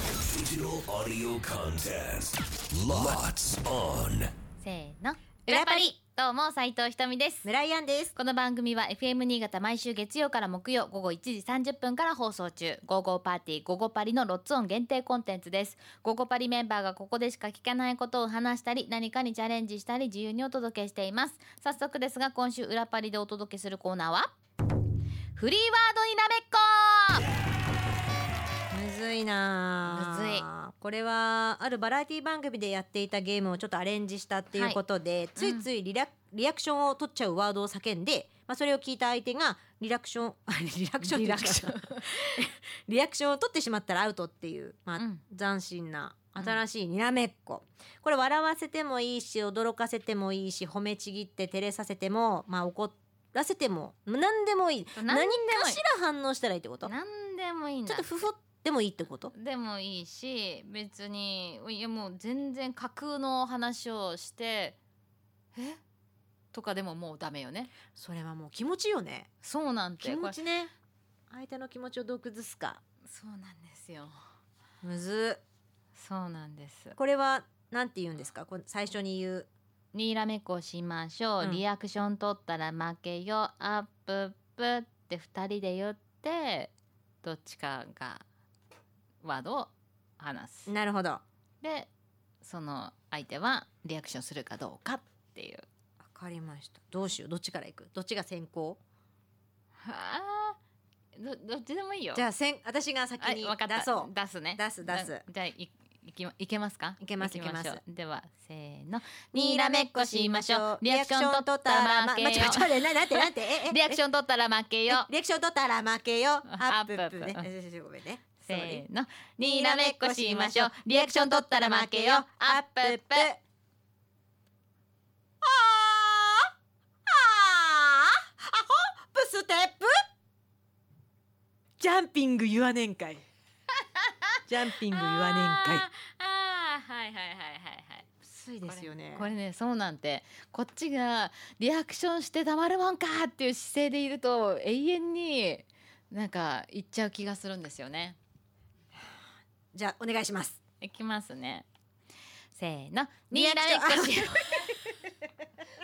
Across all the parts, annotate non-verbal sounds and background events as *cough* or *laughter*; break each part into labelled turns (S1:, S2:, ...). S1: Digital audio contest. Lots on.
S2: せーの。
S3: 裏パ
S2: リどうも、斉藤ひとみです。
S3: 村井アンです。
S2: この番組は FM 新潟毎週月曜から木曜午後1時30分から放送中、午後パーティー午後パリのロッツオン限定コンテンツです。午後パリメンバーがここでしか聞けないことを話したり、何かにチャレンジしたり自由にお届けしています。早速ですが、今週裏パリでお届けするコーナーは、フリーワードになめっこ
S3: むずいなあ
S2: むずい
S3: これはあるバラエティ番組でやっていたゲームをちょっとアレンジしたっていうことで、ついついリラ、リアクションを取っちゃうワードを叫んで、まあ、それを聞いた相手がリラクション *laughs* リラクションって言っちゃった *laughs* リアクションを取ってしまったらアウトっていう、まあ
S2: うん
S3: 斬新な
S2: うん
S3: 新しいにらめっこ、これ笑わせてもいいし驚かせてもいいし褒めちぎって照れさせても、まあ、怒らせても何でもいい
S2: 何でもいい
S3: 何かしら反応したらいいってこと
S2: なんでもいいな
S3: ちょっとふふってもいいってこと
S2: でもいいし別にいやもう全然架空の話をして「えとかでももうダメよね
S3: それはもう気持ちよね
S2: そうなんて
S3: 気持
S2: こ
S3: ちね相手の気持ちをどう崩すか
S2: れそうなんですよ
S3: むず
S2: そうなんです
S3: これはなんて言うんですかこれ最初に言う
S2: にらめっこしましょう、
S3: うん
S2: リアクション取ったら負けよアップップって2人で言ってどっちかがワードを話す
S3: なるほどわ
S2: でその相手はリアクションするかどうかっていう
S3: かりましたどうしようどっちから行くどっちが先行
S2: はあどどっちでもいいよ
S3: じゃあ先私が先に
S2: はいわかった
S3: 出そう
S2: 出すね
S3: 出す出す
S2: だじゃあいいきまいけますか
S3: いけます
S2: 行きしょう
S3: いけ
S2: ではせーのにらめっこしましょうリアクション取ったら負けよ
S3: まちょちょななんてなんてえええ
S2: リアクション取ったら負けよ
S3: えリアクション取ったら負けよ
S2: ア
S3: ア
S2: ッ
S3: ッ
S2: プ
S3: プ
S2: アッ
S3: ッ
S2: プ
S3: プねええええごめんね
S2: せ
S3: Sorry
S2: ーのにらめっこしましょうリアクション取ったら負けよアップップ
S3: プステップジャンピング言わねんかいジャンピング言わねんかい
S2: あーあーはいはいはいはいはい
S3: ついですよね
S2: これねそうなんてこっちがリアクションしてたまるもんかっていう姿勢でいると永遠になんかいっちゃう気がするんですよね
S3: じゃあお願いします
S2: いきますね。せーの、
S3: リアクション
S2: ニーラメッコしよ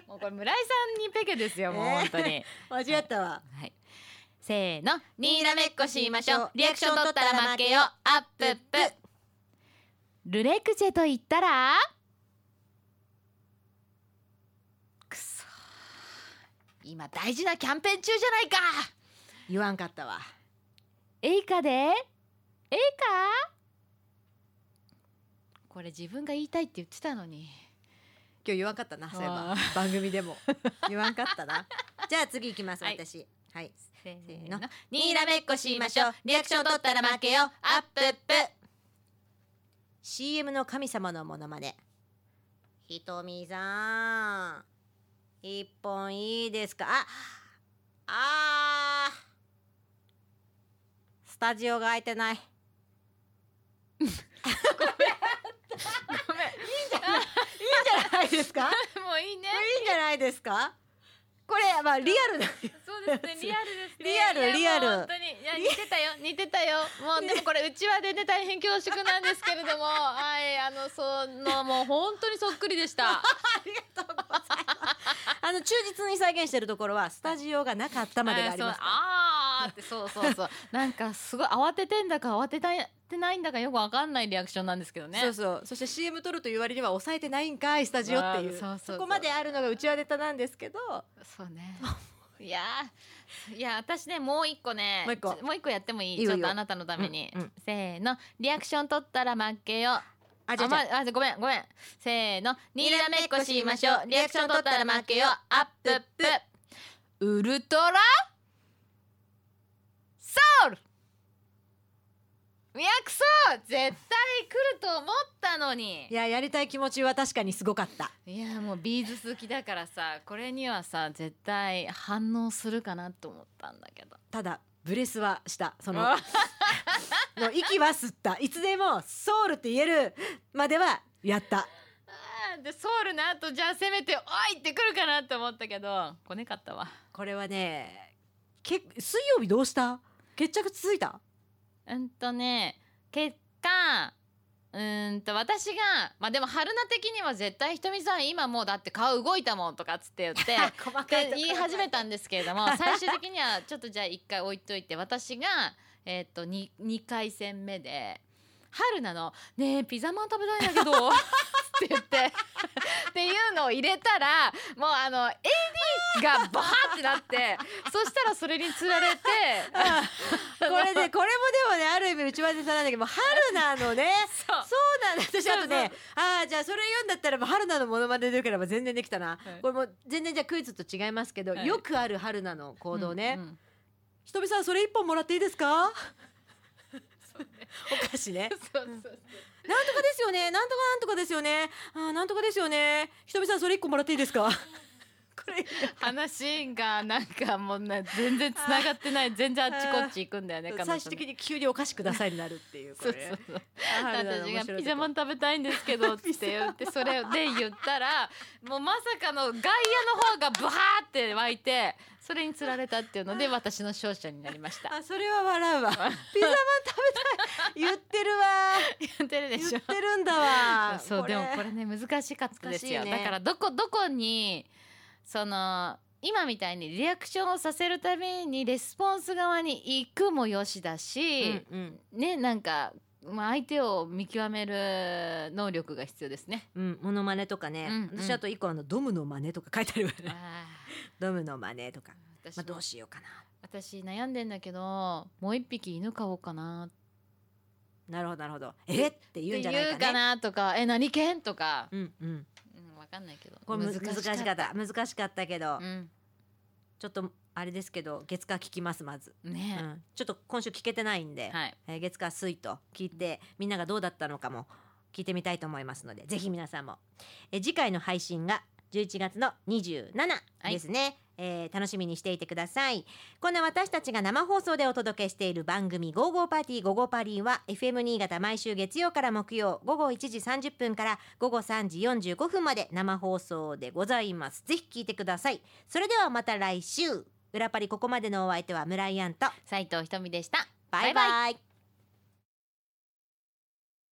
S2: う。 *laughs* もうこれ村井さんにペケですよ、もう
S3: えー
S2: 本当に。
S3: 間違ったわ
S2: はい。せーの、ニーラメッコしましょう。リアクション取ったら負けよ。アップップ。ルレクチェと言ったら。くそ。今大事なキャンペーン中じゃないか。
S3: 言わんかったわ
S2: エイカで。エイカ。これ自分が言いたいって言ってたのに。
S3: 今日言わんかったなそういえば
S2: あ
S3: 番組でも言わんかったなじゃあ次行きます
S2: はい
S3: 私はい
S2: せー
S3: ー
S2: の
S3: の。
S2: にらめっこしましょう。リアクション取ったら負けよ。アップップ。
S3: CM の神様のモノマネひとみさん一本いいですかああースタジオが空いてない *laughs*
S2: ごめん。いいじゃん。
S3: いいんじゃないですか
S2: *laughs*
S3: い
S2: もういいね。
S3: いんじゃないですかこれまあリアルな
S2: そうですね。リアルですね。
S3: リアル
S2: いや
S3: リアル
S2: もう本当に。いや、似てたよ。似てたよ。もう、でもこれ、うちわでね、大変恐縮なんですけれども。はい。あの、その、もう本当にそっくりでした。
S3: ありがとうございますあの忠実に再現してるところはスタジオがなかったまでがありますから
S2: あーそうあーってそうそうそうなんかすごい慌ててんだか慌てたてないんだかよくわかんないリアクションなんですけどね
S3: そうそうそして CM 撮るという割には抑えてないんかいスタジオっていう
S2: わあそうそうそう
S3: そこまであるのがうちわネタなんですけど
S2: そうね。いやー、いや、私ね、もう一個ね、
S3: もう一個
S2: ちょもう一個やってもいい。
S3: いいよ
S2: ちょっ
S3: いい
S2: と
S3: よ
S2: あなたのために、
S3: うんうん
S2: せーの、リアクション取ったら負けよ。
S3: あじゃあじゃ
S2: ま
S3: あ
S2: あごめん、ごめん。せーの、にらめっこしましょう。リアクション取ったら負けよ。アップップ。ウルトラ。ソウル。いやくそ絶対来ると思ったのに
S3: いややりたい気持ちは確かにすごかった
S2: いやもうビーズ好きだからさこれにはさ絶対反応するかなと思ったんだけど
S3: ただブレスはしたそ
S2: こ
S3: の *laughs* の息は吸ったいつでもソウルって言えるまではやった
S2: でソウルの後じゃあせめて「おい!」ってくるかなと思ったけど来ねかったわ
S3: これはねけ水曜日どうした決着ついた
S2: うんとね結果うーんと私がまあでも春菜的には絶対ひとみさん今もうだって顔動いたもんとかっつって言って
S3: *laughs* 細かいところ
S2: って言い始めたんですけれ
S3: *laughs*
S2: ども最終的にはちょっとじゃあ一回置いといて私が、えっと 2, 2回戦目で春菜の「ねえピザマン食べたいんだけ
S3: *laughs*
S2: ど」って言ってっていうのを入れたらもうあの AD がバーってなってそしたらそれにつられて
S3: これでこれもでもねある意味内訳さんなんだけどもう春菜
S2: *laughs*
S3: のね
S2: そう
S3: *laughs* そうなんだ私あと
S2: そうそ
S3: ねああじゃあそれ言うんだったらもう春菜のモノマネできれば全然できたな、
S2: はい
S3: これもう全然じゃあクイズと違いますけど、
S2: はい
S3: よくある春菜の行動ね、
S2: うんうん
S3: ひとみさんそれ一本もらっていいですかお菓子ね
S2: そうそう
S3: なんとかですよねなんとかなんとかですよねあーなんとかですよねひとみさんそれ一個もらっていいで
S2: *laughs*
S3: すかこれ
S2: 話がなんかもうね全然つながって
S3: *laughs*
S2: ない全然あっちこっち行くんだよね彼女の
S3: 最終的に急にお菓子くださいになるっていうこ
S2: そ
S3: れ
S2: うそうそう
S3: *laughs* あー春菜の
S2: 私
S3: 面白いとこ
S2: がピザマン食べたいんですけ
S3: *laughs*
S2: どって言ってそれで言ったらもうまさかの外野の方がブハーって湧いてそれにつられたっていうので私の勝者になりま *laughs* した
S3: あそれは笑うわピザマン食べたい言ってるわ
S2: 言ってるで
S3: 言っ
S2: しょ
S3: てるんだわ
S2: そうそうでもこ
S3: れ
S2: れね難しかったですよ、
S3: 難しいね
S2: だからどこどこにその今みたいにリアクションをさせるためにレスポンス側に行くもよしだし、
S3: うんうん
S2: ねなんか、まあ、相手を見極める能力が必要ですね。
S3: うん、モノマネとかね、
S2: うんうん
S3: 私あと一個あのドムの真似とか書いてあるわね
S2: あ
S3: ドムの真似とか、
S2: ー私
S3: まあ、ど
S2: も
S3: うしようか
S2: 私悩んでんだけどもう一匹犬飼おうかなっ
S3: ななるほどなるほどえって言う
S2: て
S3: んじゃない
S2: 言
S3: か
S2: う
S3: ね
S2: かなとかえ何犬とか、
S3: うんうん
S2: うん、わかんないけど
S3: これむ難しかった
S2: た
S3: 難しかったけ
S2: う
S3: ど、
S2: ん、
S3: ちょっとあれですけど月火聞きますまず、う
S2: ね、
S3: ん、ちょっと今週聞けてないんで、
S2: はい
S3: えー月火水と聞いてみんながどうだったのかも聞いてみたいと思いますのでぜひ皆さんも、えー次回の配信が11月の27
S2: はい
S3: ですね、えー楽しみにしていてくださいこんな私たちが生放送でお届けしている番組「ゴーゴーパーティーゴーゴーパリー」は FM 新潟毎週月曜から木曜午後1時30分から午後3時45分まで生放送でございますぜひ聞いてくださいそれではまた来週裏パリここまでのお相手は村井アンと
S2: 斉藤ひとみでした
S3: バイバイ
S2: バイバ
S3: イ